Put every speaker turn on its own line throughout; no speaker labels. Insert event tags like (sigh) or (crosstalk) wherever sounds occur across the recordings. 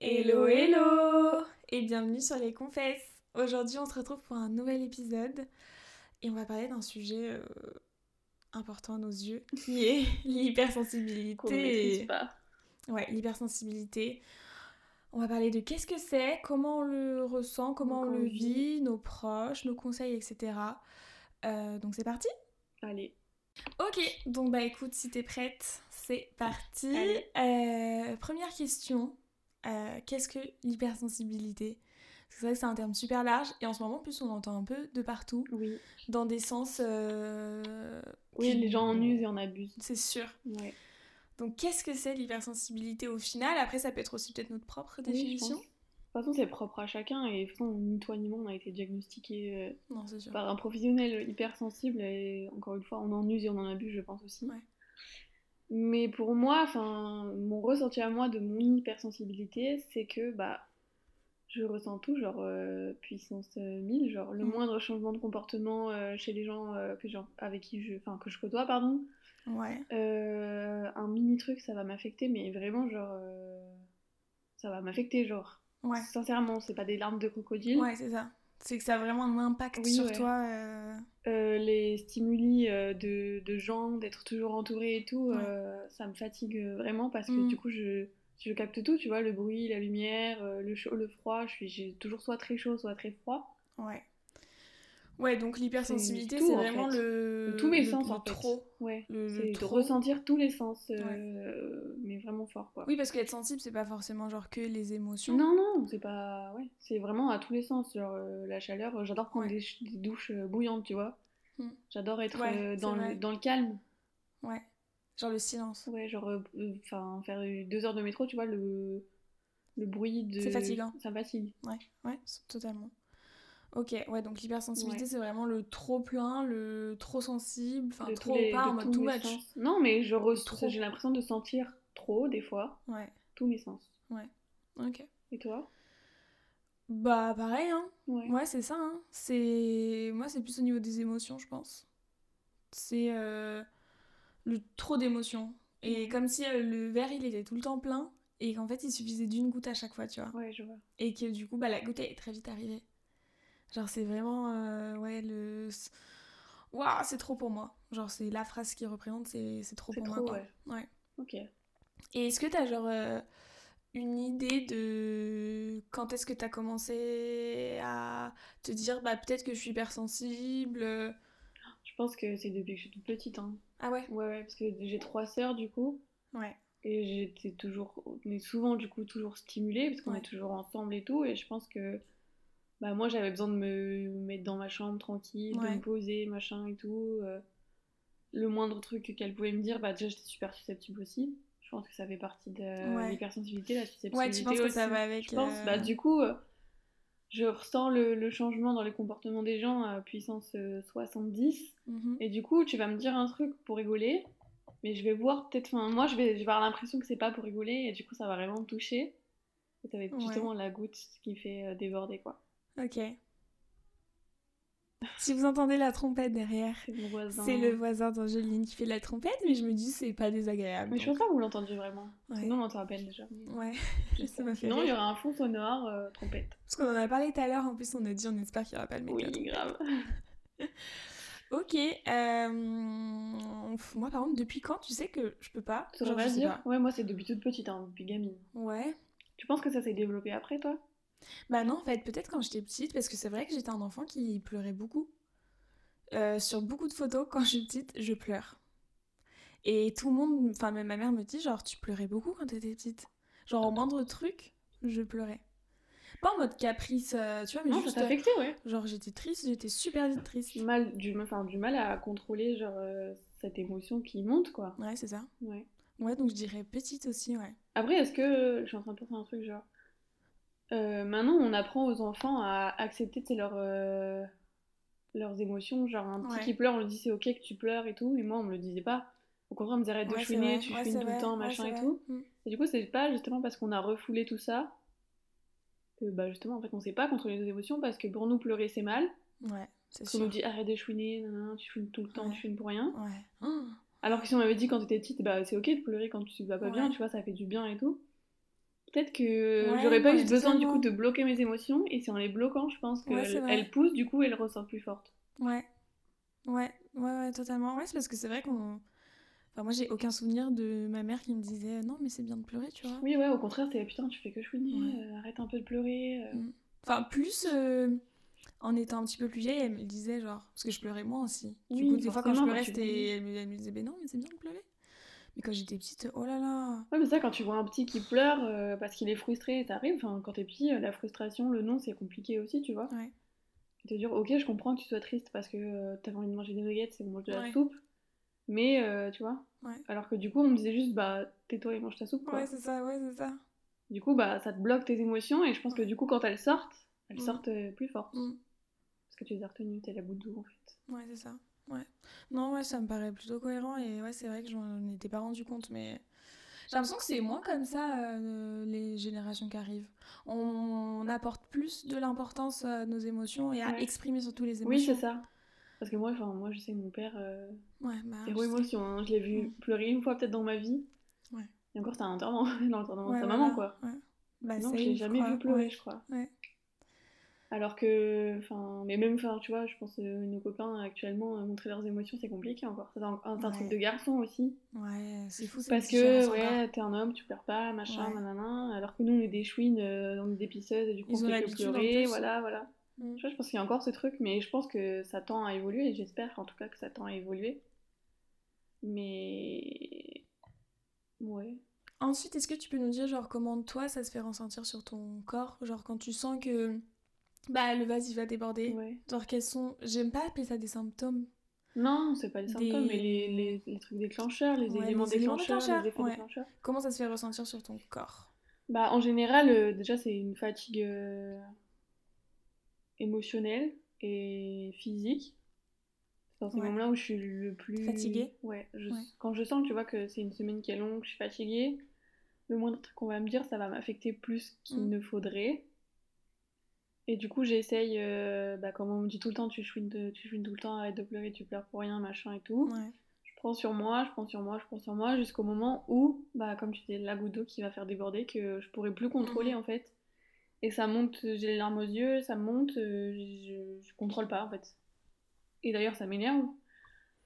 Hello, hello Et bienvenue sur les confesses. Aujourd'hui, on se retrouve pour un nouvel épisode et on va parler d'un sujet euh, important à nos yeux qui
(laughs)
est
qu'on ne maîtrise
l'hypersensibilité.
pas.
Ouais, l'hypersensibilité. On va parler de qu'est-ce que c'est, comment on le ressent, comment on
Comment on
le
le
vit, nos proches, nos conseils, etc. Euh, donc c'est parti
Allez,
Ok, donc bah écoute, si t'es prête, c'est parti.
Allez.
Euh, première question, euh, qu'est-ce que l'hypersensibilité Parce que c'est vrai que c'est un terme super large et en ce moment, en plus, on l'entend un peu de partout,
oui.
dans des sens. euh,
Oui,
qui-
les gens en usent et en abusent.
C'est sûr.
Ouais.
Donc qu'est-ce que c'est l'hypersensibilité au final Après, ça peut être aussi peut-être notre propre
Oui, je
définition.
pense. De toute façon, c'est propre à chacun et de toute façon, ni toi ni moi, on a été diagnostiqué euh,
non, c'est sûr.
par un professionnel hypersensible et encore une fois, on en use et on en abuse, je pense aussi.
Ouais.
Mais pour moi, enfin, mon ressenti à moi de mon hypersensibilité, c'est que bah, je ressens tout, genre euh, puissance euh, 1000, genre le
Mm.
moindre changement de comportement euh, chez les gens euh, que j'ai- avec qui je, enfin, que je côtoie, pardon,
Ouais.
Euh, un mini truc, ça va m'affecter, mais vraiment, genre. euh, ça va m'affecter, genre.
Ouais.
Sincèrement, c'est pas des larmes de crocodile.
Ouais, c'est ça. C'est que ça a vraiment un impact
Oui,
sur
ouais.
toi. euh,
Euh, les stimuli euh, de, de gens, d'être toujours entouré et tout,
Ouais.
euh, ça me fatigue euh, vraiment parce que
Mm.
du coup, je, je capte tout, tu vois, le bruit, la lumière, euh, le chaud, le froid. Je suis j'ai toujours soit très chaud, soit très froid.
Ouais. Ouais, donc l'hypersensibilité,
tout,
c'est
en
vraiment
fait.
le...
Tous mes
le-
sens,
le
en fait.
trop.
Ouais.
Le, le
C'est de
trop.
ressentir tous les sens, euh, mais vraiment fort, quoi.
Oui, parce qu'être sensible, c'est pas forcément genre que les émotions.
Non, non, c'est pas. Ouais, c'est vraiment à tous les sens. Genre, euh, la chaleur, euh, j'adore prendre
Ouais.
des, ch- des douches euh, bouillantes, tu vois.
Hmm.
J'adore être
Ouais,
euh,
c'est
dans,
vrai.
le, dans le calme.
Ouais. Genre le silence.
Ouais, genre, enfin, faire euh, deux heures de métro, tu vois, le, le bruit de.
C'est fatigant.
Ça me fatigue.
Ouais, ouais, c- totalement. Ok, ouais, donc l'hypersensibilité, c'est vraiment le trop plein, le trop sensible, enfin
De tous
trop
les-
pas,
de
en mode
tous
too
mes
much.
sens. Non, mais je re-
Trop.
ça, j'ai l'impression de sentir trop, des fois,
Ouais,
tous mes sens.
ok.
Et toi
Bah, pareil, hein.
Ouais.
Ouais, c'est ça. hein. C'est moi, c'est plus au niveau des émotions, je pense. C'est euh, le trop d'émotions. Et comme si euh, le verre il était tout le temps plein et qu'en fait il suffisait d'une goutte à chaque fois, tu vois.
Ouais, je vois.
Et que du coup, bah la goutte elle est très vite arrivée. Genre c'est vraiment euh, ouais le waouh c'est trop pour moi. Genre c'est la phrase qui représente c'est c'est trop
C'est
pour
trop,
moi. quoi.
ouais.
Ouais.
Ok.
Et est-ce que t'as genre euh, une idée de quand est-ce que t'as commencé à te dire bah peut-être que je suis hypersensible euh,
Je pense que c'est depuis que je suis toute petite, hein.
Ah ouais
Ouais, ouais, parce que j'ai trois sœurs, du coup.
Ouais.
Et j'étais toujours, on est souvent du coup toujours stimulée parce qu'on
Ouais.
est toujours ensemble et tout. Et je pense que bah, moi j'avais besoin de me mettre dans ma chambre tranquille, de
Ouais.
me poser, machin et tout. euh, le moindre truc qu'elle pouvait me dire, bah déjà j'étais super susceptible aussi. Je pense que ça fait partie de
Ouais.
l'hypersensibilité, la susceptibilité.
Ouais, tu penses que ça
aussi.
va avec
Je pense,
euh,
bah du coup, euh, je ressens le, le changement dans les comportements des gens à puissance euh, 70.
mhm.
Et du coup, tu vas me dire un truc pour rigoler, mais je vais voir peut-être. Enfin, moi, je vais, je vais avoir l'impression que c'est pas pour rigoler, et du coup, ça va vraiment me toucher. Et ça va être
Ouais.
justement la goutte qui fait euh, déborder, quoi.
OK. Si vous entendez la trompette derrière,
C'est mon voisin.
c'est le voisin d'Angeline qui fait la trompette mais je me dis c'est pas désagréable.
Mais je
donc.
pense pas que vous l'entendiez vraiment.
Ouais.
Sinon, on l'entend à peine déjà. Mais-
Ouais, (laughs) ça m'a fait
Sinon, il y
rire.
aura un fond sonore, euh, trompette.
Parce qu'on en a parlé tout à l'heure en plus on a dit on espère qu'il y aura pas le mec de
Oui,
la trompette.
grave.
Ok, euh, pff, moi par contre, depuis quand tu sais que je peux pas
Ça
Genre,
va
je sais
dire
pas.
Ouais, moi, c'est depuis toute petite, hein, depuis gamine.
Ouais.
Tu penses que ça s'est développé après, toi
Bah non, en fait, peut-être quand j'étais petite, parce que c'est vrai que j'étais un enfant qui pleurait beaucoup. Euh, sur beaucoup de photos, quand je suis petite, je pleure. Et tout le monde, enfin même ma mère me dit, genre, tu pleurais beaucoup quand t'étais petite.
Ah.
Genre, au moindre truc, je pleurais. Pas en mode caprice, euh, tu vois, mais
Non, ça
juste,
t'a affecté, ouais.
euh, genre, j'étais triste, j'étais super vite triste.
Du mal, du, enfin, du mal à contrôler, genre, euh, cette émotion qui monte, quoi.
Ouais, c'est ça.
Ouais.
Ouais, donc je dirais petite aussi, ouais.
Après, est-ce que euh, je suis en train de penser à un truc genre euh, maintenant on apprend aux enfants à accepter tu sais, leurs euh, leurs émotions, genre un petit
Ouais.
qui pleure, on lui dit c'est ok que tu pleures et tout, et moi on me le disait pas. Au contraire, on me disait arrête de
Ouais, c'est
chouiner,
vrai,
tu
ouais,
chouines
c'est
tout
vrai,
le temps,
ouais,
machin
c'est
et
vrai.
tout.
Mm.
Et du coup, c'est pas justement parce qu'on a refoulé tout ça que bah justement en fait on sait pas contrôler nos émotions parce que pour nous pleurer c'est mal,
Ouais, c'est
parce qu'on nous
sûr.
dit arrête de chouiner, nanana, tu chouines tout le temps,
Ouais.
tu chouines pour rien.
Ouais. (gasps) Oh.
Alors que si on m'avait dit quand t'étais petite, bah c'est ok de pleurer quand tu vas pas
Ouais.
bien, tu vois, ça fait du bien et tout. Peut-être que
Ouais,
j'aurais pas
ouais,
eu besoin du
totalement.
coup de bloquer mes émotions et c'est en les bloquant, je pense
Ouais,
qu'elles
c'est vrai.
elles poussent, du coup elles ressortent plus fortes.
Ouais. Ouais, ouais, ouais, totalement. Ouais, c'est parce que c'est vrai qu'on. Enfin, moi, j'ai aucun souvenir de ma mère qui me disait euh, non, mais c'est bien de pleurer, tu vois.
Oui, ouais, au contraire, c'est putain, tu fais que chouiner,
Ouais.
euh, arrête un peu de pleurer. euh.
Enfin, plus euh, en étant un petit peu plus vieille, elle me le disait, genre, parce que je pleurais moi aussi. du
Oui,
coup, des fois, quand je
forcément,
pleurais,
quand tu
c'était-
vieillis.
elle, me, elle me disait, ben non, mais c'est bien de pleurer. Mais quand j'étais petite, oh là là.
Ouais, mais ça, quand tu vois un petit qui pleure euh, parce qu'il est frustré, t'arrives, enfin, quand t'es petit, euh, la frustration, le non, c'est compliqué aussi, tu vois.
Ouais.
Et te dire, ok, je comprends que tu sois triste parce que euh, t'avais envie de manger des nuggets et on mange de la
Ouais.
soupe, mais euh, tu vois.
Ouais.
Alors que du coup, on me disait juste, bah, tais-toi et mange ta soupe, quoi.
Ouais, c'est ça, ouais, c'est ça.
Du coup, bah, ça te bloque tes émotions et je pense que du coup, quand elles sortent, elles
Mhm.
sortent euh, plus fortes.
Mm.
Parce que tu les as retenues, t'es la bout d'eau en fait.
Ouais, c'est ça. Ouais. Non, ouais, ça me paraît plutôt cohérent et ouais, c'est vrai que je m'en étais pas rendu compte, mais j'ai l'impression que c'est moins comme ça euh, les générations qui arrivent. On, on apporte plus de l'importance à nos émotions et à
Ouais.
exprimer surtout les
Oui,
émotions.
c'est ça. Parce que moi, enfin, moi, je sais que mon père, euh,
Ouais, bah,
zéro
je sais.
émotion, hein. je l'ai vu
Mhm.
pleurer une fois peut-être dans ma vie.
Ouais.
Et encore, c'était un enterrement, (laughs) dans le tournant
Ouais,
de
voilà,
sa maman, quoi.
ouais. Bah,
Non,
ça,
j'ai
je
jamais
crois,
vu pleurer,
ouais.
je crois.
Ouais.
Alors que, enfin, mais même, enfin, tu vois, je pense euh, nos copains actuellement, euh, montrer leurs émotions, c'est compliqué encore. C'est un, un- c'est un
Ouais.
truc de garçon aussi.
Ouais, c'est fou. cette
Parce que,
différence encore.
ouais, t'es un homme, tu pleures pas, machin,
Ouais.
nanana. Alors que nous, on est des chouines, euh, on est des pisseuses, et du coup,
Ils
on
ont
fait que
l'habitude, en
pleurer,
plus.
voilà, voilà.
Mm.
Tu vois, je pense qu'il y a encore ce truc, mais je pense que ça tend à évoluer, et j'espère en tout cas que ça tend à évoluer. Mais. Ouais.
Ensuite, est-ce que tu peux nous dire, genre, comment toi ça se fait ressentir sur ton corps Genre, quand tu sens que bah, le vase il va déborder,
Ouais.
genre, quels sont. J'aime pas appeler ça des symptômes.
Non, c'est pas les symptômes,
Des-
mais les, les- les trucs déclencheurs, les
Ouais,
éléments
les éléments déclencheurs,
déclencheurs, les effets
ouais.
déclencheurs.
Comment ça se fait ressentir sur ton corps
Bah, en général, euh, déjà, c'est une fatigue euh, émotionnelle et physique. C'est dans ces
Ouais.
moments-là où je suis le plus.
Fatiguée
Ouais, je-
Ouais.
Quand je sens, tu vois, que c'est une semaine qui est longue, que je suis fatiguée, le moindre truc qu'on va me dire, ça va m'affecter plus qu'il
Mm.
ne faudrait. Et du coup, j'essaye, euh, bah, comme on me dit tout le temps, tu chouines, de- tu chouines tout le temps, arrête de pleurer, tu pleures pour rien, machin et tout
Ouais.
je prends sur moi, je prends sur moi, je prends sur moi, jusqu'au moment où, bah, comme tu dis, la goutte d'eau qui va faire déborder, que je pourrai plus contrôler
Mhm.
en fait. Et ça monte, euh, j'ai les larmes aux yeux, ça monte, euh, je, je contrôle pas en fait. Et d'ailleurs, ça m'énerve.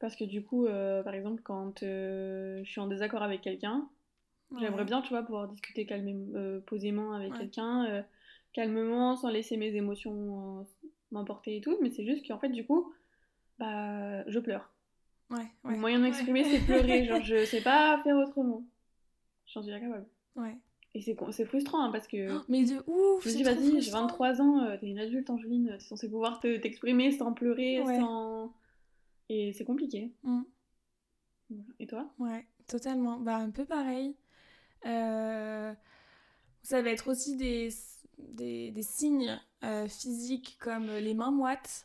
Parce que du coup, euh, par exemple, quand euh, je suis en désaccord avec quelqu'un, J'aimerais
Ouais.
bien, tu vois, pouvoir discuter calmé- euh, posément avec
Ouais.
quelqu'un, euh, calmement, sans laisser mes émotions euh, m'emporter et tout. Mais c'est juste qu'en fait, du coup, bah, je pleure.
Ouais,
Mon
ouais.
moyen de m'exprimer,
Ouais.
c'est
(laughs)
pleurer. Genre, je sais pas faire autrement. J'en suis incapable. (gasps)
Ouais.
Et c'est con- c'est frustrant, hein, parce que
Oh, Mais de ouf
je me
c'est
dis,
trop
vas-y, j'ai
frustrant.
23 ans, euh, t'es une adulte, Angeline, t'es censée pouvoir te- t'exprimer sans pleurer,
Ouais.
sans. Et c'est compliqué.
Mm.
Et toi
Ouais, totalement. Bah, un peu pareil. Euh, ça va être aussi des, des, des signes euh, physiques comme les mains moites.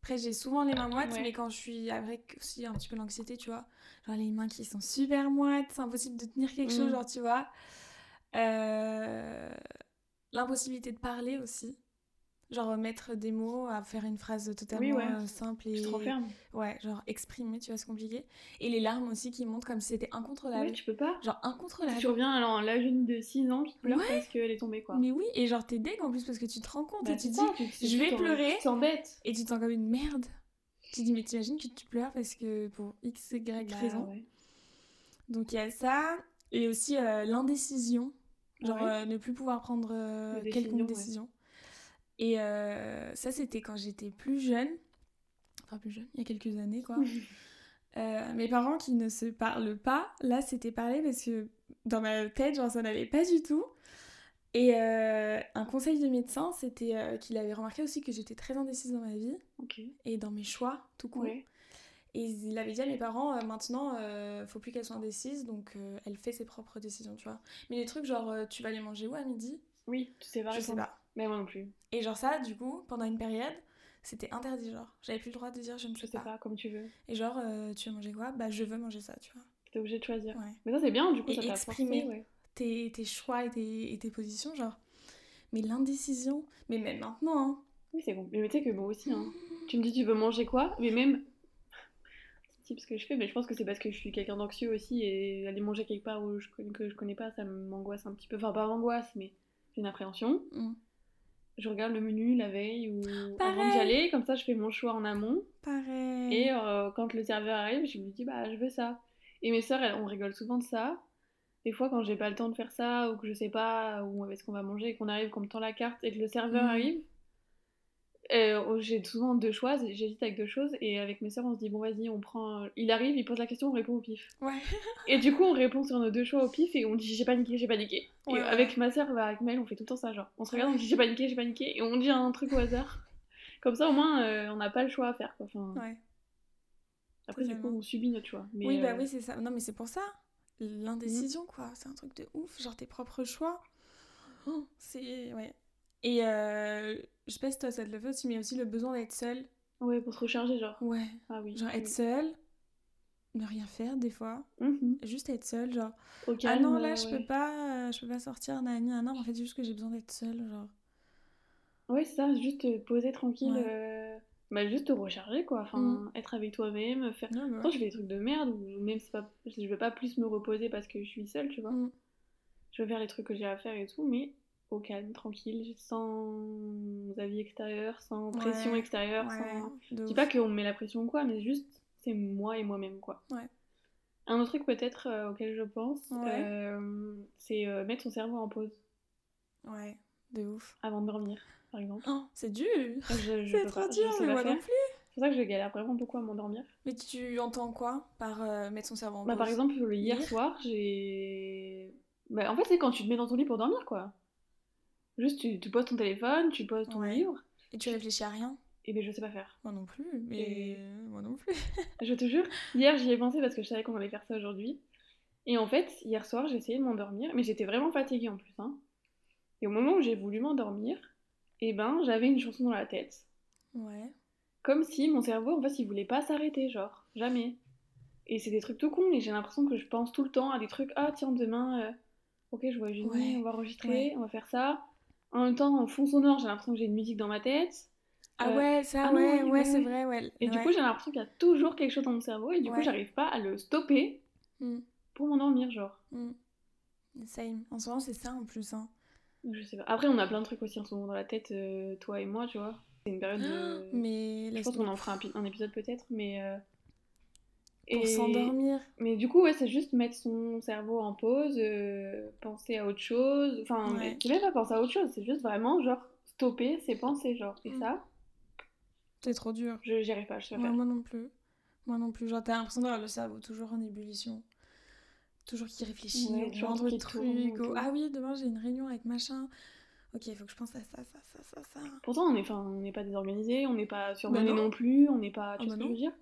Après, j'ai souvent les mains moites,
Ah, Ouais.
mais quand je suis avec aussi un petit peu l'anxiété, tu vois, genre les mains qui sont super moites, c'est impossible de tenir quelque chose,
Mm.
genre, tu vois. Euh, L'impossibilité de parler aussi. Genre mettre des mots, à faire une phrase totalement
ouais.
euh, simple et...
Tu te renfermes
Ouais, genre exprimer, tu vois, c'est compliqué. Et les larmes aussi qui montent comme si c'était incontrôlable.
Ouais, tu peux pas.
Genre
Tu
incontrôlable.
reviens alors la jeune de 6 ans qui pleure
Bah Ouais.
parce qu'elle est tombée quoi.
Mais oui, et genre t'es deg en plus parce que tu te rends compte
Bah,
et tu
c'est
te dis.
ça, tu-
je vais
tu t'en-
pleurer.
Tu t'embêtes.
Et tu te sens comme une merde. Tu te dis, mais t'imagines que tu pleures parce que pour X, Y
Bah,
raison.
ouais.
Donc il y a ça. Et aussi euh, l'indécision. Genre
Ouais.
euh, ne plus pouvoir prendre euh,
Des décisions,
quelconque
ouais.
décision. Et euh, ça, c'était quand j'étais plus jeune. Enfin, plus jeune, il y a quelques années, quoi. Euh, mes parents qui ne se parlent pas, là c'était parlé parce que dans ma tête, genre ça n'allait pas du tout. Et euh, un conseil de médecin, c'était euh, qu'il avait remarqué aussi que j'étais très indécise dans ma vie
Ok.
et dans mes choix, tout court.
Ouais.
Et il avait dit à mes parents, euh, maintenant, euh, faut plus qu'elle soit indécise, donc euh, elle fait ses propres décisions, tu vois. Mais les trucs genre, euh, tu vas les manger où à midi
Oui, tu sais pas
Je sais
répondre.
pas.
Mais moi non plus.
Et genre ça, du coup, pendant une période, c'était interdit, genre. J'avais plus le droit de dire je ne
Je
sais,
sais
pas.
pas, comme tu veux.
Et genre, euh, tu veux manger quoi Bah je veux manger ça, tu vois.
T'es obligé de choisir.
Ouais.
Mais ça c'est bien, du coup
Et
ça t'a forcé.
exprimer.
ouais.
tes, tes choix et tes, et tes positions, genre. Mais l'indécision, mais même maintenant, hein.
Oui, c'est compliqué. Mais tu sais que moi aussi, hein. tu me dis tu veux manger quoi Mais même. type ce que je fais, mais je pense que c'est parce que je suis quelqu'un d'anxieux aussi et aller manger quelque part où je, con- que je connais pas, ça m'angoisse un petit peu. Enfin, pas m'angoisse, mais j'ai une appréhension.
Mm.
Je regarde le menu la veille ou avant
Pareil.
d'y aller, comme ça je fais mon choix en amont.
Pareil.
Et euh, quand le serveur arrive, je lui dis bah je veux ça. Et mes sœurs, elles- on rigole souvent de ça. Des fois, quand j'ai pas le temps de faire ça ou que je sais pas où est-ce qu'on va manger et qu'on arrive, qu'on me tend la carte et que le serveur
Mhm.
arrive, euh, j'ai souvent deux choix. J'hésite avec deux choses et avec mes sœurs, on se dit bon vas-y, on prend. Il arrive, il pose la question, on répond au pif.
Ouais.
Et du coup, on répond sur nos deux choix au pif et on dit j'ai paniqué, j'ai paniqué.
Ouais,
et
ouais.
avec ma sœur, bah, avec Mel, on fait tout le temps ça. Genre, on se regarde, on dit j'ai paniqué, j'ai paniqué et on dit un truc au hasard. Comme ça, au moins, euh, on n'a pas le choix à faire. Quoi. Enfin,
Ouais.
après, du coup,
Totalement.
on subit notre choix. Mais,
oui, bah
euh,
oui, c'est ça. Non, mais c'est pour ça. L'indécision, quoi. C'est un truc de ouf. Genre tes propres choix. Oh, c'est. Ouais. Et euh, je sais pas si toi ça te le fait aussi, mais aussi le besoin d'être seul.
Ouais, pour se recharger, genre.
Ouais.
Ah oui.
Genre être seul, ne rien faire des fois.
Mhm.
Juste être seul, genre.
Au
Ah
calme,
non, là
ouais,
je
ouais.
peux pas, euh, je peux pas sortir, nani, ah non, en fait c'est juste que j'ai besoin d'être seule, genre.
Ouais, c'est ça, juste te poser tranquille.
Ouais.
euh, Bah, juste te recharger, quoi. Enfin,
Mhm.
être avec toi-même, faire.
Non,
Pourtant, je fais des trucs de merde, ou même c'est pas... je vais pas plus me reposer parce que je suis seule, tu vois.
Mhm.
Je vais faire les trucs que j'ai à faire et tout, mais au calme, tranquille, sans avis extérieur, sans pression
Ouais,
extérieure, sans.
de
Je dis
ouf.
pas qu'on me met la pression ou quoi, mais juste c'est moi et moi-même quoi.
Ouais.
Un autre truc peut-être euh, auquel je pense,
Ouais.
euh, c'est euh, mettre son cerveau en pause
Ouais, de ouf.
avant de dormir, par exemple.
Oh, c'est dur
Je- je
C'est
peux
trop
pas, je
dur,
sais
mais
pas
moi
faire.
non plus
C'est pour ça que je galère vraiment beaucoup à m'endormir.
Mais tu entends quoi par euh, mettre son cerveau en
Bah, par
pause
exemple, le hier
Lire.
soir, j'ai. Bah, en fait, c'est quand tu te mets dans ton lit pour dormir quoi. Juste, tu, tu poses ton téléphone, tu poses ton
Ouais.
livre,
Et tu réfléchis à rien
et ben je sais pas faire.
Moi non plus, mais
Et-
moi non plus.
Je te jure, hier j'y ai pensé parce que je savais qu'on allait faire ça aujourd'hui. Et en fait, hier soir, j'ai essayé de m'endormir, mais j'étais vraiment fatiguée en plus. hein. Et au moment où j'ai voulu m'endormir, eh ben, j'avais une chanson dans la tête.
Ouais.
Comme si mon cerveau, en fait, il voulait pas s'arrêter, genre, jamais. Et c'est des trucs tout cons, mais j'ai l'impression que je pense tout le temps à des trucs, ah tiens, demain, euh, ok, je vois Julie,
Ouais,
on va enregistrer,
ouais.
on va faire ça. En même temps, en fond sonore, j'ai l'impression que j'ai une musique dans ma tête.
Ah
Euh,
ouais, ça,
ah non,
ouais,
oui,
ouais,
oui,
c'est
oui.
vrai, ouais.
Et du
ouais.
coup, j'ai l'impression qu'il y a toujours quelque chose dans mon cerveau, et du coup,
Ouais.
j'arrive pas à le stopper
Mm,
pour m'endormir, genre.
mm. Same. En ce moment, c'est ça en plus, hein.
Je sais pas. Après, on a plein de trucs aussi en ce moment dans la tête, euh, toi et moi, tu vois. C'est une période de.
Ah, Mais
Je pense qu'on en fera un, pi- un épisode peut-être, mais. euh,
Pour s'endormir.
Mais du coup, ouais, c'est juste mettre son cerveau en pause, euh, penser à autre chose. Enfin,
Ouais.
c'est même pas penser à autre chose, c'est juste vraiment, genre, stopper ses pensées, genre. Et
Mm.
ça,
C'est trop dur.
je j'y arrive pas, je sais pas
Ouais,
faire.
moi non plus. Moi non plus. Genre, t'as l'impression d'avoir le cerveau toujours en ébullition. Toujours qui réfléchit
Ouais,
au
toujours un
moindre
truc qui
truc.
tourne,
au-
tout.
Ah oui, demain j'ai une réunion avec machin. Ok, il faut que je pense à ça, ça, ça, ça, ça.
Pourtant, on est- 'fin, on n'est pas désorganisé, on n'est pas
Bah
surmené
non.
non plus, on n'est pas. Tu
Ah
vois
bah
ce que je
non.
veux dire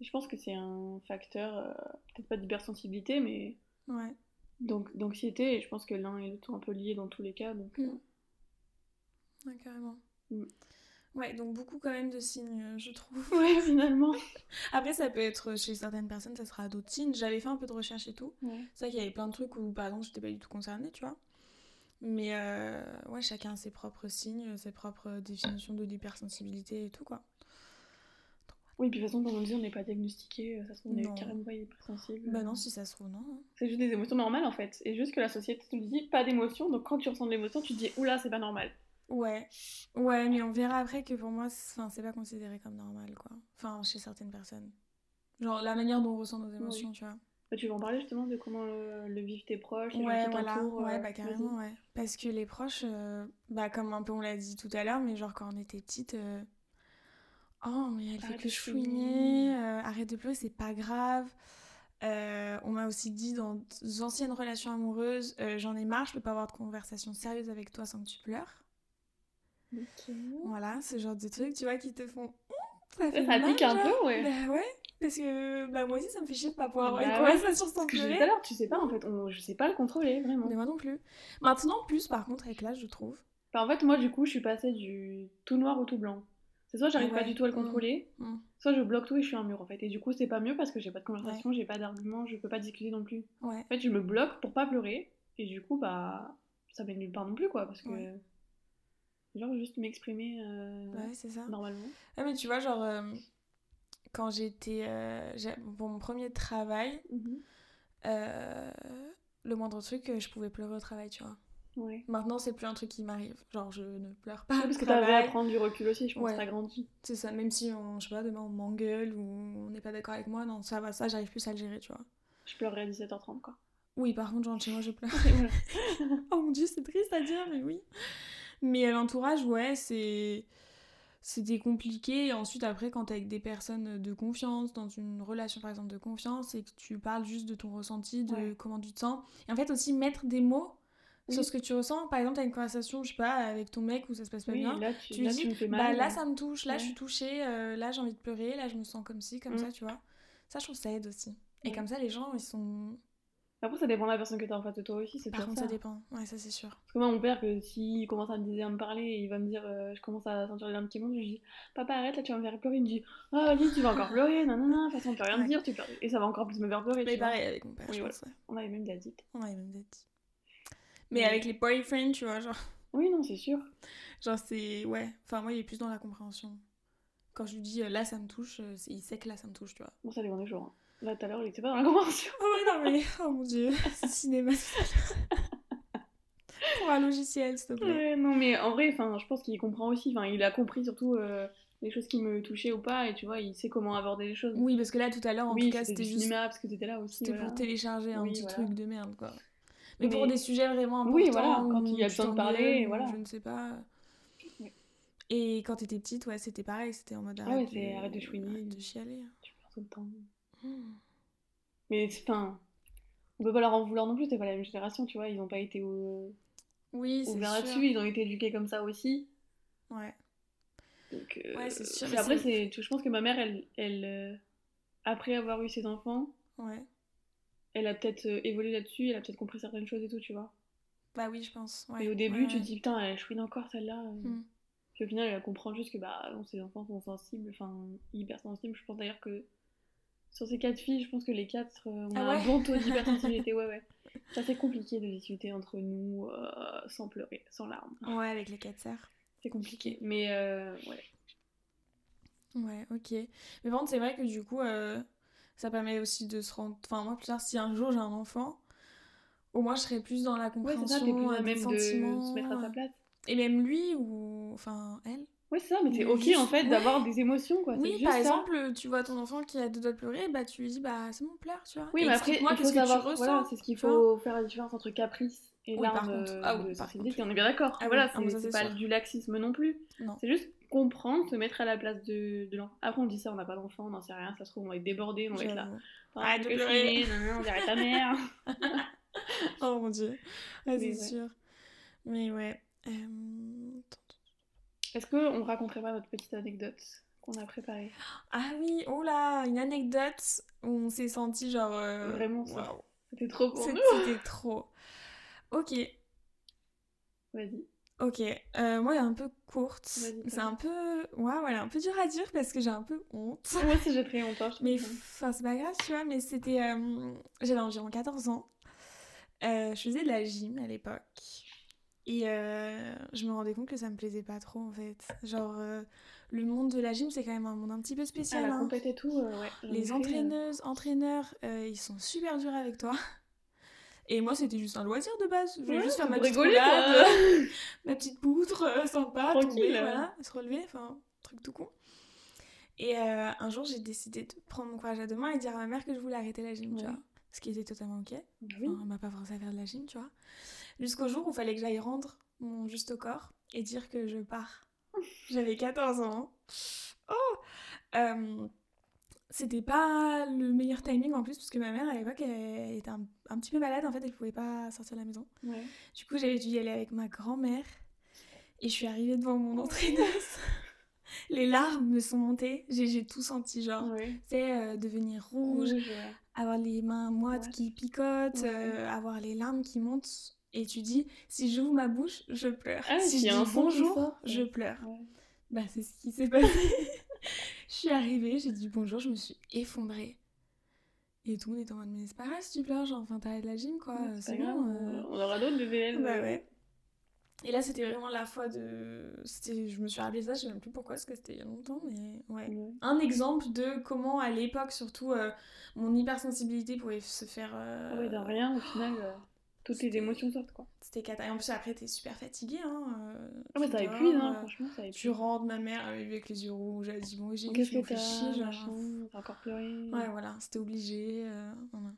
Je pense que c'est un facteur, euh, peut-être pas d'hypersensibilité, mais.
Ouais.
Donc, d'anxiété, et je pense que l'un et l'autre sont un peu liés dans tous les cas. Donc,
Mm.
euh,
Ouais, carrément.
Mm.
Ouais, donc beaucoup quand même de signes, euh, je trouve.
(laughs) ouais, finalement.
Après, ça peut être chez certaines personnes, ça sera d'autres signes. J'avais fait un peu de recherche et tout.
Ouais.
C'est vrai qu'il y avait plein de trucs où, par exemple, j'étais pas du tout concernée, tu vois. Mais euh, ouais, chacun a ses propres signes, ses propres définitions de l'hypersensibilité et tout, quoi.
Oui, puis de toute façon, comme on dit, on n'est pas diagnostiqué, euh, ça se trouve, on
Non.
est carrément pas hypersensible.
Bah non, si ça se trouve, non. hein.
C'est juste des émotions normales en fait. Et juste que la société te dit pas d'émotion, donc quand tu ressens de l'émotion, tu te dis oula, c'est pas normal.
Ouais, ouais, mais on verra après que pour moi, c'est 'fin, c'est pas considéré comme normal, quoi. Enfin, chez certaines personnes. Genre la manière dont on ressent nos émotions, tu vois.
Bah, tu veux en parler justement de comment euh, le, le vivent tes proches, les gens
Ouais,
qui
voilà,
t'entourent,
ouais,
euh,
bah
vas-y.
carrément, ouais. Parce que les proches, euh, bah comme un peu on l'a dit tout à l'heure, mais genre quand on était petite, euh, oh, mais elle fait
Arrête
que
de
chouiner,
chouiner.
euh, arrête de pleurer, c'est pas grave. Euh, on m'a aussi dit dans des anciennes relations amoureuses, euh, j'en ai marre, je peux pas avoir de conversation sérieuse avec toi sans que tu pleures. Voilà, ce genre de trucs, tu vois, qui te font. Ça,
Ouais,
fait
ça
mal,
pique un
genre.
peu, ouais.
Bah ouais, parce que bah, moi aussi, ça me fait chier de pas pouvoir avoir
Bah
une
ouais,
conversation sans
Ce que je disais
pleurer.
tout à l'heure, tu sais pas en fait, on, je sais pas le contrôler vraiment.
Mais moi non plus. Maintenant, plus par contre, avec l'âge, je trouve.
Enfin, en fait, moi, du coup, je suis passée du tout noir au tout blanc. C'est soit j'arrive
Ah
pas
ouais,
du tout à le
mm,
contrôler,
mm.
soit je bloque tout et je suis un mur en fait. Et du coup, c'est pas mieux parce que j'ai pas de conversation, j'ai pas d'argument, je peux pas discuter non plus.
Ouais,
En fait, je me bloque pour pas pleurer et du coup, bah, ça mène nulle part non plus quoi. Parce que,
Ouais.
genre, juste m'exprimer euh,
ouais, c'est ça.
normalement.
Ah, mais tu vois, genre, euh, quand j'étais euh, j'ai- pour mon premier travail,
Mhm.
euh, le moindre truc, euh, je pouvais pleurer au travail, tu vois.
Mhm. Ouais.
Maintenant, c'est plus un truc qui m'arrive. Genre, je ne pleure
Ouais,
pas
parce
au
que t'avais à
travail.
prendre du recul aussi, je pense
Ah, Ouais.
que t'as grandi.
C'est ça, même si, on, je sais pas, demain on m'engueule ou on n'est pas d'accord avec moi, non, ça va, ça, j'arrive plus à le gérer, tu vois.
Je pleurerais à 17h30,
(laughs)
quoi.
Oui, par contre, genre, chez moi, je pleure.
Voilà.
(laughs) Oh mon dieu, c'est triste à dire, mais oui. Mais euh, l'entourage, ouais, c'est. C'était compliqué. Et ensuite, après, quand t'es avec des personnes de confiance, dans une relation par exemple de confiance, et que tu parles juste de ton ressenti, de
Ouais.
comment tu te sens. Et en fait, aussi mettre des mots sur
Oui.
ce que tu ressens. Par exemple, t'as une conversation, je sais pas, avec ton mec où ça se passe pas
Oui,
bien.
là, tu,
Tu
là,
dis,
tu me fais
Bah
mal.
là, ça me touche, là, je
Ouais.
suis touchée, euh, là, j'ai envie de pleurer, là, je me sens comme ci, comme
Mm.
ça, tu vois. Ça, je trouve que ça aide aussi. Et
Ouais.
comme ça, les gens, ils sont.
Après, ça dépend de la personne que t'as en face de toi aussi, c'est
Par
toujours
contre,
ça.
ça dépend. Ouais, ça, c'est sûr.
Parce que moi, mon père, que s'il commence à me, dire, à me parler et il va me dire, euh, je commence à sentir les larmes qui montent, je lui dis, papa, arrête, là, tu vas me faire pleurer. Il me dit, ah, vas-y, tu vas encore pleurer, non, non, non, de toute façon, on peut rien te
Ouais.
dire, tu pleures. Et ça va encore plus me faire pleurer.
Mais
tu vois.
pareil avec mon père,
Oui,
je
voilà.
pense, ouais.
On avait même des addicts.
Ouais, même date. Mais
Mais-
avec les boyfriends, tu vois, genre,
Oui, non, c'est sûr.
genre c'est. Ouais, enfin, moi, il est plus dans la compréhension. Quand je lui dis euh, là, ça me touche, euh, c'est- il sait que là, ça me touche, tu vois.
Bon, ça dépend des jours. hein. Là, tout à l'heure, il était pas dans la convention.
Oh, ouais, non, mais. (laughs) Oh mon dieu, c'est (laughs) cinéma. tout à l'heure. Pour un logiciel, s'il te plaît.
Ouais, non, mais en vrai, enfin, je pense qu'il comprend aussi. Enfin, il a compris surtout euh, les choses qui me touchaient ou pas, et tu vois, il sait comment aborder les choses.
Oui, parce que là, tout à l'heure, en
oui,
tout cas, c'était
du
juste.
cinéma parce que t'étais là aussi.
C'était
voilà.
pour télécharger un
Oui,
petit
voilà.
truc de merde, quoi. Mais, pour
Mais-
des sujets vraiment importants.
Oui, voilà, quand il y a
où tu
besoin de
t'engueules,
parler,
ou
voilà.
Je ne sais pas.
Ouais.
Et quand t'étais petite, ouais, c'était pareil, c'était en mode
ouais, c'est arrête de chouiner.
Ah arrête de chialer. hein.
Tu pleures tout le temps.
Hmm.
Mais c'est- enfin, on peut pas leur en vouloir non plus. T'es pas la même génération, tu vois. Ils ont pas été au-
(gasps) Oui, c'est
ouverts
sûr.
là-dessus. Ils ont été éduqués comme ça aussi.
Ouais.
Donc, euh,
Ouais, c'est sûr,
puis
mais
après,
c'est-
c'est, je pense que ma mère, elle, elle, euh, après avoir eu ses enfants,
Ouais.
elle a peut-être euh, évolué là-dessus. Elle a peut-être compris certaines choses et tout, tu vois.
Bah oui, je pense. ouais.
Et au début,
Ouais,
tu
ouais.
te dis putain, elle chouine encore celle-là. euh.
Mm.
Puis au final, elle comprend juste que bah, bon, ses enfants sont sensibles, enfin hyper sensibles. Je pense d'ailleurs que sur ces quatre filles, je pense que les quatre, euh, on
Ah
a
ouais
un
(laughs)
bon taux d'hypersensibilité. ouais, ouais. C'est assez compliqué de discuter entre nous euh, sans pleurer, sans larmes.
Ouais, avec les quatre sœurs.
C'est compliqué. Mais euh, ouais.
Ouais, ok. Mais par contre, c'est vrai que du coup, euh, ça permet aussi de se rendre. Enfin, moi, plus tard, si un jour j'ai un enfant, au moins je serai plus dans la
Ouais, c'est ça, t'es
compréhension,
plus
euh,
à
des
même de
sentiments.
se mettre à sa
euh,
place.
Et même lui ou. Enfin, elle.
Ouais, c'est ça, mais c'est
Mais
ok
juste-
en fait
ouais.
d'avoir des émotions quoi. c'est
Oui,
juste
par
ça.
exemple, tu vois ton enfant qui a deux doigts de pleurer, bah tu lui dis, bah c'est bon, pleure, tu vois.
Oui,
Et
mais après,
explique-moi
il faut
qu'est-ce que
savoir,
tu ressens.
voilà, c'est ce qu'il
tu
faut faire la différence entre caprice et
Oui, par
larmes
contre.
euh,
Ah oui,
de
par
sensibilité.
contre.
On est bien d'accord.
Ah oui,
voilà,
ah oui,
c'est
ça,
c'est
c'est
pas
sûr.
du laxisme non plus.
Non.
C'est juste comprendre, se mettre à la place de, de l'enfant. Après, on dit ça, on n'a pas d'enfant, on n'en sait rien, ça se trouve, on va être débordé, on va être là.
J'avoue.
Ah,
Arrête
faut
de
que je
pleurer.
finis, nan, nan, on dirait
(laughs)
ta mère.
Oh mon dieu. Ouais, c'est
Mais ouais.
sûr. Mais ouais. Euh, attends.
Est-ce qu'on raconterait pas notre petite anecdote qu'on a préparée
Ah oui, oh là, une anecdote où on s'est senti genre. euh,
Vraiment, Oh ça.
waouh.
C'était trop pour
C'est-
nous.
C'était trop. Ok,
Vas-y.
ok. Euh, moi, elle est un peu courte.
Vas-y,
C'est
vas-y.
un peu. Waouh, elle est un peu dure à dire parce que j'ai un peu honte.
Moi aussi, j'ai très honte. hein, je te
Mais
dis.
enfin, c'est pas grave, tu vois, mais c'était. euh, J'avais environ 14 ans. Euh, je faisais de la gym à l'époque. Et euh, je me rendais compte que ça me plaisait pas trop en fait. Genre, euh, le monde de la gym, c'est quand même un monde un petit peu
Ah,
spécial.
la
hein.
compète et tout, euh, ouais. j'en ai fait,
Les
euh,
entraîneuses, entraîneurs, euh, ils sont super durs avec toi. Et moi, c'était juste un loisir de base. Je voulais
euh, Ouais,
juste faire ma
pour
petite
rigoler, quoi.
roulade, ma petite poutre, euh, sympa,
Tranquille.
tomber, voilà, se relever, enfin, truc tout con. Et euh, un jour, j'ai décidé de prendre mon courage à deux mains et dire à ma mère que je voulais arrêter la gym, tu
Ouais.
vois. Ce qui était totalement ok. (laughs)
Bah
Enfin,
oui.
elle m'a pas forcé à faire de la gym, tu vois. Jusqu'au jour où il fallait que j'aille rendre mon juste au corps et dire que je
(laughs)
pars. J'avais 14 ans. Oh Euh, C'était pas le meilleur timing en plus, parce que ma mère à l'époque, elle était un, un petit peu malade, en fait, elle pouvait pas sortir de la maison.
Ouais.
Du coup, j'avais dû y aller avec ma grand-mère et je suis arrivée devant mon entraîneuse. (laughs) Les larmes me sont montées, j'ai j'ai tout senti, genre,
Ouais.
tu sais, euh, devenir rouge,
Rouge, ouais.
avoir les mains moites
Ouais.
qui picotent,
Ouais.
euh, avoir les larmes qui montent. Et tu dis, si j'ouvre ma bouche, je pleure.
Ah,
si
s'il
je
y a
dis
un son qui
bonjour,
sort,
je
ouais.
pleure.
Ouais.
Bah, c'est ce qui s'est passé. (laughs) je suis arrivée, j'ai dit bonjour, je me suis effondrée. Et tout le monde était en mode, mais c'est pas grave si tu pleures, genre, enfin, t'arrêtes la gym, quoi,
Ouais,
euh,
c'est
c'est
pas grave,
bon. euh.
on- on aura d'autres de VL.
Bah
euh,
ouais. Et là, c'était vraiment la fois de. c'était- Je me suis rappelé ça, je sais même plus pourquoi, parce que c'était il y a longtemps, mais ouais.
Ouais.
Un exemple de comment, à l'époque, surtout, euh, mon hypersensibilité pouvait se faire. euh,
Ouais, d'un rien, au final, euh, toutes les
c'était-
émotions sortent quoi.
C'était cata. Et en plus, après, t'es super fatiguée, hein. euh,
Ah ouais,
tu
ça
dors,
épuise, hein,
euh,
franchement, ça épuise.
Tu rentres, ma mère elle avec les yeux rouges, elle dit Bon, j'ai
Qu'est-ce
fait
que t'as
chier, genre.
machin, T'as encore pleuré.
Ouais, voilà, c'était obligé. euh, voilà.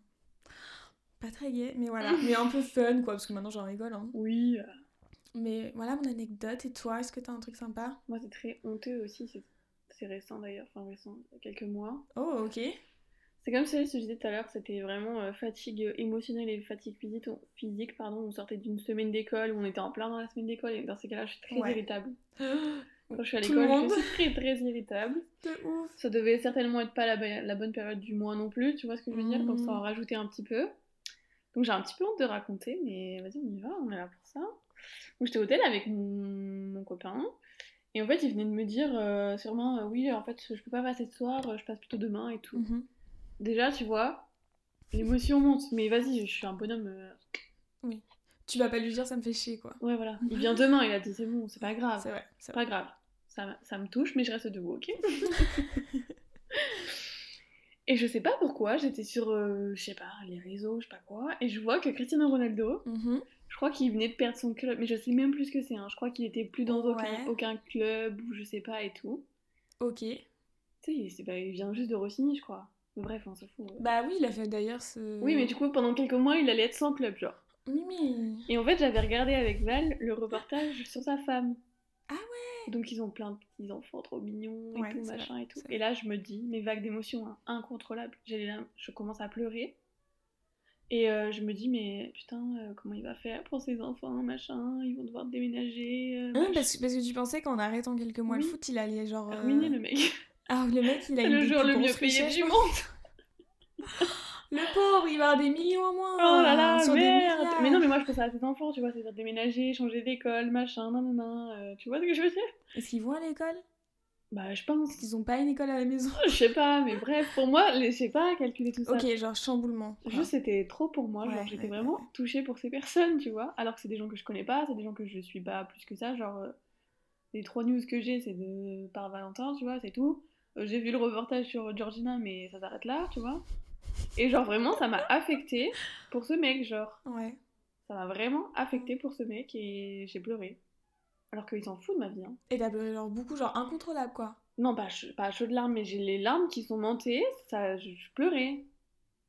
Pas très gay, mais voilà.
(laughs)
mais un peu fun, quoi, parce que maintenant j'en rigole. Hein.
Oui, euh,
Mais voilà mon anecdote. Et toi, est-ce que t'as un truc sympa
moi c'est très honteux aussi, c'est- c'est récent d'ailleurs, enfin récent, il y a quelques mois.
Oh, ok.
C'est comme ça, ce que je disais tout à l'heure, c'était vraiment euh, fatigue émotionnelle et fatigue physique. on- physique pardon. On sortait d'une semaine d'école, on était en plein dans la semaine d'école, et dans ces cas-là, je suis très
Ouais. (gasps)
irritable. Quand je suis à
Tout le
l'école,
monde.
je suis très très irritable.
De ouf.
Ça devait certainement être pas la, ba- la bonne période du mois non plus, tu vois ce que je veux dire, donc ça
Mhm.
en rajoutait un petit peu. Donc j'ai un petit peu honte de raconter, mais vas-y, on y va, on est là pour ça. Donc j'étais au hôtel avec mon, mon copain, et en fait il venait de me dire euh, sûrement, euh, oui, en fait je peux pas passer ce soir, euh, je passe plutôt demain et tout.
Mhm.
Déjà, tu vois, l'émotion monte, mais vas-y, je suis un bonhomme. euh,
Tu vas pas lui dire ça me fait chier, quoi.
Ouais, voilà. Il vient demain, il a dit, c'est bon, c'est pas grave.
C'est vrai. c'est
C'est
vrai.
pas grave. Ça, ça me touche, mais je reste debout,
(laughs)
ok Et je sais pas pourquoi, j'étais sur, euh, je sais pas, les réseaux, je sais pas quoi, et je vois que Cristiano Ronaldo,
Mhm.
je crois qu'il venait de perdre son club, mais je sais même plus ce que c'est, hein. je crois qu'il était plus dans
Ouais.
aucun, aucun club, ou je sais pas, et tout.
Ok.
Tu sais, il, c'est- bah, il vient juste de re je crois. Mais bref, on s'en fout.
Bah oui, il a fait d'ailleurs ce.
Oui, mais du coup, pendant quelques mois, il allait être sans club, genre.
Mimi.
Et en fait, j'avais regardé avec Val le reportage sur sa femme.
Ah
ouais Donc ils ont plein de petits enfants trop mignons et
Ouais,
tout,
c'est
machin et tout.
c'est
Et là, je me dis, mes vagues d'émotions hein, incontrôlables. J'allais là, je commence à pleurer. Et euh, je me dis, mais putain, euh, comment il va faire pour ses enfants, machin Ils vont devoir déménager. euh,
Hein,
machin.
parce, que, parce que tu pensais qu'en arrêtant quelques mois le
Oui.
foot, il allait genre. euh,
Ruiner le mec.
Ah, le mec, il a
(laughs) C'est
une
le
des
jour
plus
le mieux
grosses
payé
richesses,
du
je
monde.
pense. Le pauvre, il va avoir des millions en moins. hein,
Oh là là,
sur des
merde Mais non,
milliards.
mais moi je pensais à ses enfants, tu vois, c'est-à-dire déménager, changer d'école, machin, nan nan, nan, euh, tu vois ce que je veux dire
Est-ce qu'ils vont à l'école
Bah, je pense.
Est-ce qu'ils ont pas une école à la
(laughs)
maison
Je sais pas, mais bref, pour moi, les- je sais pas calculer tout ça.
Ok, genre chamboulement. quoi.
Juste, c'était trop pour moi. genre,
Ouais,
j'étais
ouais,
vraiment touchée pour ces personnes, tu vois. Alors que c'est des gens que je connais pas, c'est des gens que je suis pas plus que ça. Genre, euh, les trois news que j'ai, c'est de... par Valentin, tu vois, c'est tout. Euh, j'ai vu le reportage sur Georgina, mais ça s'arrête là, tu vois. Et genre, vraiment, ça m'a affectée pour ce mec, genre.
Ouais.
Ça m'a vraiment affectée pour ce mec et j'ai pleuré. Alors qu'il s'en fout de ma vie, hein.
Et t'as pleuré genre beaucoup, genre incontrôlable quoi.
Non, pas, à chaud- pas à chaudes larmes, mais j'ai les larmes qui sont montées, ça, je, je pleurais.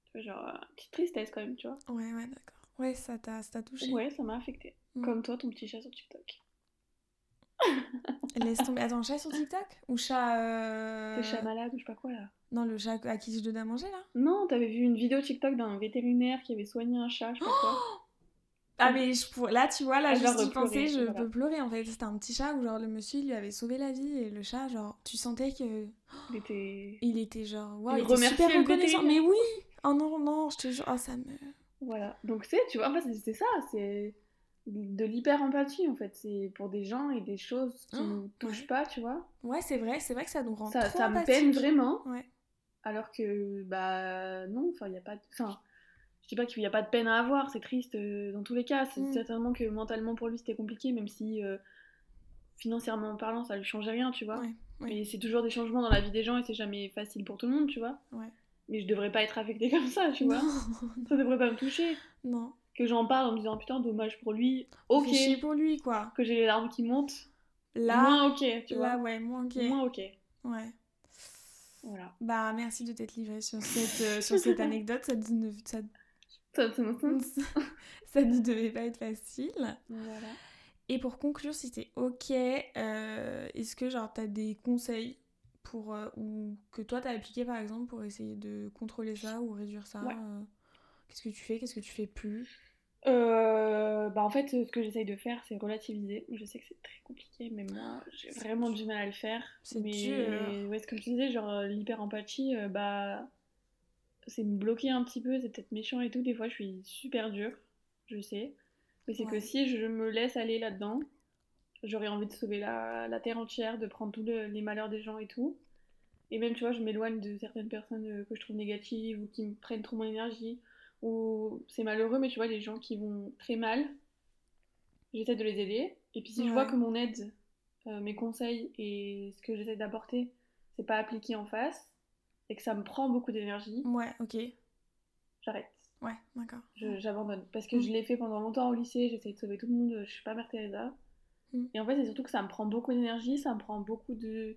Tu vois, genre, euh, petite tristesse quand même, tu vois.
Ouais, ouais, d'accord. Ouais, ça t'a ça t'a touché.
Ouais, ça m'a affectée.
Mm.
Comme toi, ton petit chat sur TikTok.
Laisse tomber. Attends, chat sur TikTok Ou chat. euh,
T'es chat malade ou je sais pas quoi là.
Non, le chat à qui je donnais à manger là
Non, t'avais vu une vidéo TikTok d'un vétérinaire qui avait soigné un chat, je sais pas quoi.
Ah,
Ah.
mais je pour... là, tu vois, là,
Ah,
je
genre,
juste y
pleurer,
penser, je
voilà.
peux pleurer en fait. C'était un petit chat où genre le monsieur il lui avait sauvé la vie et le chat, genre, tu sentais que
Il était.
il était genre. waouh,
Il
il était
remerciait
super
le
reconnaissant. Mais
vétérinaire.
oui Oh non, non, je te jure, oh, ça me.
Voilà. Donc, tu sais, tu vois, en fait, c'est- c'est ça, c'est de l'hyper-empathie en fait. C'est pour des gens et des choses qui
Oh,
nous touchent
ouais.
pas, tu vois.
Ouais, c'est vrai, c'est vrai que ça nous rend
Ça,
trop
ça me
empathiques.
peine vraiment.
Ouais.
Alors que, bah non, enfin, il n'y a pas de... Enfin, je dis pas qu'il n'y a pas de peine à avoir, c'est triste euh, dans tous les cas. C'est
Mm.
certainement que mentalement pour lui c'était compliqué, même si euh, financièrement parlant ça lui changeait rien, tu vois.
Ouais, ouais.
Mais c'est toujours des changements dans la vie des gens et c'est jamais facile pour tout le monde, tu vois.
Ouais.
Mais je devrais pas être affectée comme ça, tu vois.
Non,
Ça devrait pas me toucher.
(laughs) non.
Que j'en parle en me disant putain, dommage pour lui,
Ok.
ok.
pour lui quoi.
Que j'ai les larmes qui montent,
Là,
moins ok, tu
là
vois.
ouais, moins ok.
Moins ok.
Ouais.
Voilà.
Bah merci de t'être livré sur cette, euh, sur
(laughs)
cette anecdote. Ça, ne- ça,
Ça, ça me-
(laughs) ça ne devait pas être facile.
voilà.
Et pour conclure, si t'es ok, euh, est-ce que genre t'as des conseils pour euh, ou que toi t'as appliqué par exemple pour essayer de contrôler ça ou réduire ça
Ouais.
euh, Qu'est-ce que tu fais Qu'est-ce que tu fais plus
Euh, bah en fait, ce que j'essaye de faire, c'est relativiser. Je sais que c'est très compliqué, mais moi, j'ai
C'est
vraiment
dur.
du mal à le faire.
C'est
mais
dur.
ouais, c'est comme tu disais, genre euh, l'hyper-empathie, euh, bah, c'est me bloquer un petit peu, c'est peut-être méchant et tout. Des fois, je suis super dure, je sais. Mais c'est
Ouais.
que si je me laisse aller là-dedans, j'aurais envie de sauver la, la terre entière, de prendre tous le- les malheurs des gens et tout. Et même, tu vois, je m'éloigne de certaines personnes euh, que je trouve négatives ou qui me prennent trop mon énergie. Ou c'est malheureux, mais tu vois, les gens qui vont très mal, j'essaie de les aider. Et puis si je
Ouais.
vois que mon aide, euh, mes conseils et ce que j'essaie d'apporter, c'est pas appliqué en face et que ça me prend beaucoup d'énergie,
Ouais, ok.
j'arrête.
Ouais, d'accord.
Je- J'abandonne. Parce que
Mm.
je l'ai fait pendant longtemps au lycée, j'essayais de sauver tout le monde, je suis pas Mère Teresa.
Mm.
Et en fait, c'est surtout que ça me prend beaucoup d'énergie, ça me prend beaucoup de.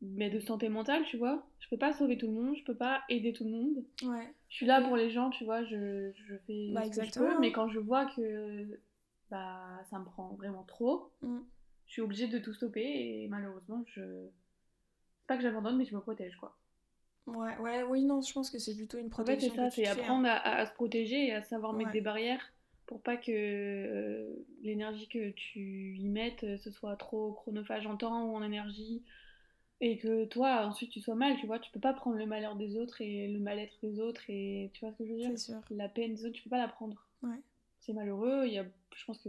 Mais de santé mentale, tu vois. Je peux pas sauver tout le monde, je peux pas aider tout le monde.
Ouais.
Je suis là pour les gens, tu vois, je, je fais
Bah,
ce que je
exactement.
peux, mais quand je vois que bah, ça me prend vraiment trop,
Mm.
je suis obligée de tout stopper et malheureusement, je. c'est Pas que j'abandonne, mais je me protège, quoi.
Ouais, ouais, oui, non, je pense que c'est plutôt une
En fait,
protection.
c'est ça,
que tu
c'est
te fais, hein.
apprendre à, à- à se protéger et à savoir mettre
Ouais.
des barrières pour pas que euh, l'énergie que tu y mettes euh, ce soit trop chronophage en temps ou en énergie et que toi ensuite tu sois mal, tu vois, tu peux pas prendre le malheur des autres et le mal-être des autres et tu vois ce que je veux dire
C'est sûr.
La peine des autres, tu peux pas la prendre.
Ouais.
C'est malheureux, il y a je pense que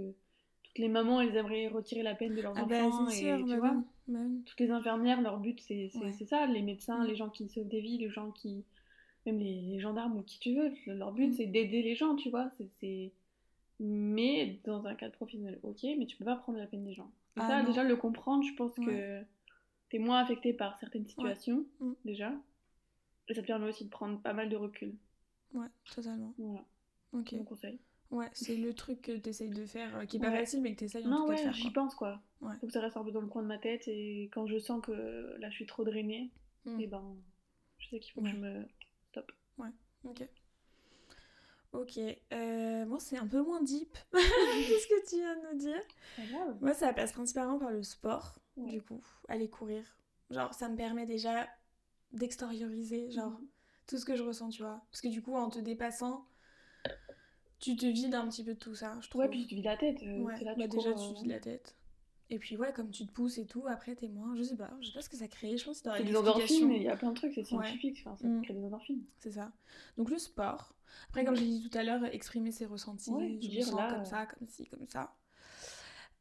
toutes les mamans, elles aimeraient retirer la peine de leurs
Ah bah,
enfants
c'est
et
sûr,
tu
bah
vois
oui, bah oui.
toutes les infirmières, leur but c'est c'est-
Ouais.
c'est ça, les médecins,
Mm.
les gens qui sauvent des vies, les gens qui. même les, les gendarmes ou qui tu veux, le- leur but
Mm.
c'est d'aider les gens, tu vois. c'est- c'est- Mais dans un cadre professionnel, ok, mais tu peux pas prendre la peine des gens. Et
Ah,
ça,
non.
déjà le comprendre, je pense que
Ouais.
t'es moins affecté par certaines situations,
Mm.
déjà. Et ça te permet aussi de prendre pas mal de recul.
Ouais, totalement.
Voilà,
Ok.
c'est mon conseil.
Ouais, c'est le truc que t'essayes de faire, euh, qui est
Ouais.
pas facile, mais que t'essayes en
non,
tout cas
ouais,
de faire.
j'y
quoi.
pense quoi.
Ouais.
Faut que ça reste un peu dans le coin de ma tête et quand je sens que là je suis trop drainée,
Mm.
et ben je sais qu'il faut
Ouais.
que je me.
Ok. Ok. euh, bon, c'est un peu moins deep (laughs) que ce que tu viens de nous dire.
Pas Ah, grave.
Moi, ça passe principalement par le sport,
Ouais.
du coup, aller courir. Genre, ça me permet déjà d'extérioriser, genre,
Mhm.
tout ce que je ressens, tu vois. Parce que du coup, en te dépassant, tu te vides un petit peu de tout ça, je trouve.
Ouais, puis tu te vis la tête. euh,
Ouais,
t'es là,
bah
tu cours,
déjà,
euh,
tu te vides la tête. Et puis, ouais, comme tu te pousses et tout, après, t'es moins. Je sais pas, je sais pas ce que ça crée, je pense que t'aurais
C'est
une
des endorphines,
explication.
mais il y a plein de trucs, c'est scientifique, enfin, ça te
Mm.
crée des endorphines.
C'est ça. Donc, le sport. Après, comme j'ai dit tout à l'heure, exprimer ses ressentis,
Ouais,
je me
dire
sens
là, euh,
comme ça, comme ci, comme ça.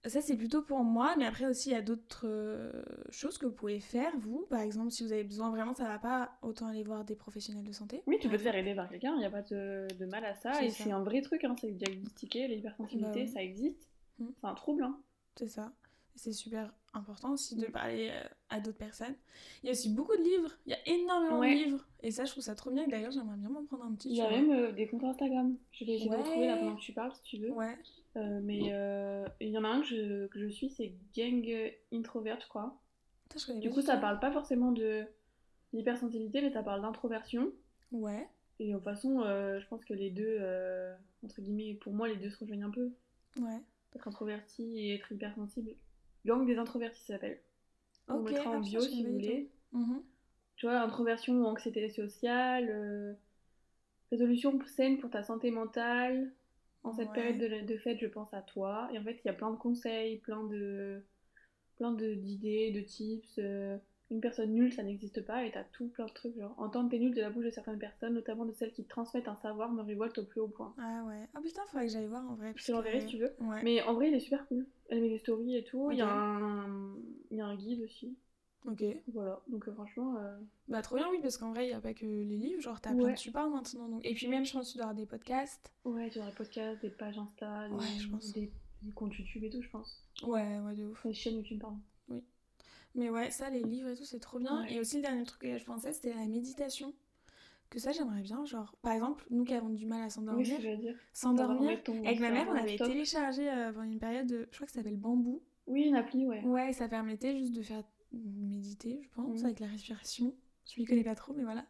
Ça, c'est plutôt pour moi, mais après aussi, il y a d'autres euh, choses que vous pouvez faire, vous. Par exemple, si vous avez besoin vraiment, ça va pas, autant aller voir des professionnels de santé.
Oui, tu peux te faire aider par quelqu'un, il n'y a pas de, de mal à ça,
C'est
et
ça.
c'est un vrai truc, hein, c'est diagnostiqué, l'hypersensibilité,
Bah oui.
ça existe.
Mm.
C'est un trouble, hein.
C'est ça. C'est super important aussi de
Mm.
parler euh, à d'autres personnes. Il y a aussi beaucoup de livres. Il y a énormément
Ouais.
de livres. Et ça, je trouve ça trop bien. Et D'ailleurs, j'aimerais bien m'en prendre un petit.
Il y
tu
a
vois.
même euh, des comptes Instagram. Je vais essayer de
hein. Ouais.
retrouver là pendant que tu parles si tu veux.
Ouais.
Euh, mais euh, il y en a un que je, que je suis, c'est Gang Introvert, je crois.
Putain, je connais
Du
pas
coup, ça
tout.
parle pas forcément de l'hypersensibilité, mais ça parle d'introversion.
Ouais.
Et de toute façon, euh, je pense que les deux, euh, entre guillemets, pour moi, les deux se rejoignent un peu.
Ouais.
Être introverti et être hypersensible. Gang des introvertis, ça s'appelle. On
Ok,
mettra en
ah, putain, je
bio
savais
si vous
pas du tout.
voulez.
Mhm.
Tu vois, introversion ou anxiété sociale, euh, résolution saine pour ta santé mentale. En cette
Ouais.
période de, la- de fête, je pense à toi. Et en fait, il y a plein de conseils, plein de plein de- d'idées, de, tips. euh, une personne nulle, ça n'existe pas. Et t'as tout plein de trucs. Genre, entendre tes nuls de la bouche de certaines personnes, notamment de celles qui te transmettent un savoir, me révolte au plus haut point.
Ah ouais. Ah putain, faudrait que j'aille voir en vrai.
Je te l'enverrai si tu veux.
Ouais.
Mais en vrai, il est super cool. Elle met des stories et tout. Il y, a
Ok.
un... il y a un guide aussi.
Ok.
Voilà. Donc euh, franchement, euh,
Bah trop bien, oui, parce qu'en vrai, il n'y a pas que les livres. Genre, t'as plein
Ouais.
de supports maintenant. Donc... Et puis même, je pense que tu dois avoir des podcasts.
ouais, tu auras des podcasts, des pages Insta, des,
Ouais, je pense.
des- des comptes YouTube et tout, je pense.
Ouais, ouais, de ouf.
Enfin, des chaînes YouTube, pardon.
Mais ouais, ça, les livres et tout, c'est trop bien.
Ouais.
Et aussi, le dernier truc que je pensais, c'était la méditation. Que ça, j'aimerais bien. Genre, par exemple, nous qui avons du mal à
Oui, c'est ce
s'endormir,
que j'allais dire.
s'endormir.
Remettre ton
Avec ma mère, on
cerveau en
avait
stop.
téléchargé euh, pendant une période, de- je crois que ça s'appelle Bambou.
Oui, une appli, ouais.
Ouais, ça permettait juste de faire méditer, je pense,
Mhm.
avec la respiration. Je m'y connais pas trop, mais voilà.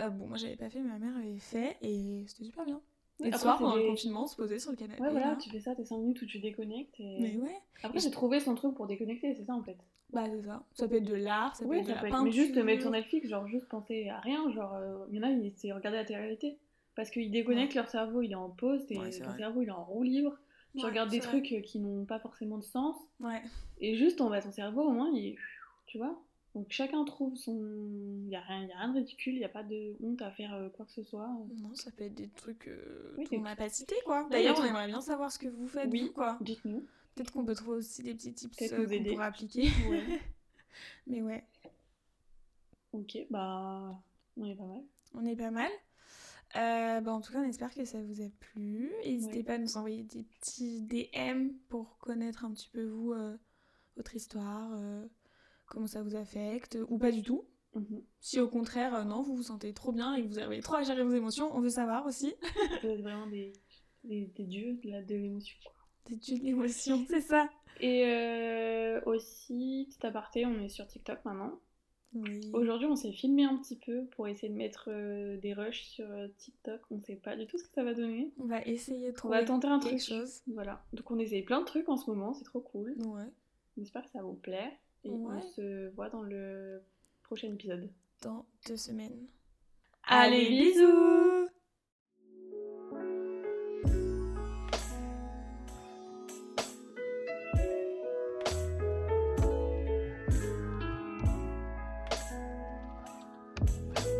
Euh, bon, moi, j'avais pas fait, mais ma mère avait fait et c'était super bien.
Oui,
Et le
après,
soir,
c'est
pendant
des-
le confinement, on se posait sur le canapé.
Ouais, voilà,
là.
tu fais ça, t'es 5 minutes où tu déconnectes. Et...
Mais ouais,
Après, j'ai trouvé son truc pour déconnecter, c'est ça en fait.
bah c'est ça. Ça peut être de l'art, ça peut
Ouais,
être de
ça
la
peut être-
peinture.
Mais juste mettre sur Netflix, genre juste penser à rien. Genre, euh, il y en a, ils- c'est regarder la télé-réalité. Parce qu'ils déconnectent leur cerveau, il est en pause, et
Ouais, c'est
ton
vrai.
cerveau il est en roue libre. Tu
Ouais,
regardes des
c'est vrai.
trucs euh, qui n'ont pas forcément de sens.
Ouais,
Et juste, on va ton cerveau, au moins, il... tu vois. Donc chacun trouve son. Il n'y a, rien- y a rien de ridicule, il n'y a pas de honte à faire euh, quoi que ce soit.
non, ça peut être des trucs euh,
Oui,
qu'on
des
n'a
petits-
pas cités, quoi.
des
D'ailleurs, on
trucs-
aimerait bien savoir ce que vous faites,
Oui.
vous, quoi.
Dites-nous.
Peut-être qu'on peut trouver aussi des petits tips
Peut-être
euh,
nous
qu'on
aider.
pourra appliquer.
Ouais. (laughs)
Mais ouais,
ok, bah. On est pas mal.
on est pas mal. Euh, bah, en tout cas, on espère que ça vous a plu. N'hésitez
Oui.
pas à nous envoyer des petits DM pour connaître un petit peu vous, euh, votre histoire, euh, comment ça vous affecte, ou pas du tout.
Mhm.
Si au contraire, euh, non, vous vous sentez trop bien et que vous arrivez trop à gérer vos émotions, on veut savoir
(laughs)
aussi.
Vous êtes vraiment des, des, des dieux de la- de l'émotion. quoi.
C'est de l'émotion, c'est ça.
Et euh, aussi, petit aparté, on est sur TikTok maintenant.
Oui.
Aujourd'hui, on s'est filmé un petit peu pour essayer de mettre euh, des rushs sur euh, TikTok. On sait pas du tout ce que ça va donner.
On va essayer de
On
trouver
va tenter un
quelque
truc.
chose. euh,
Voilà. Donc, on essaye plein de trucs en ce moment. C'est trop cool.
Ouais.
On espère que ça va vous plaire. Et
Ouais.
on se voit dans le prochain épisode.
Dans deux semaines.
Allez,
bisous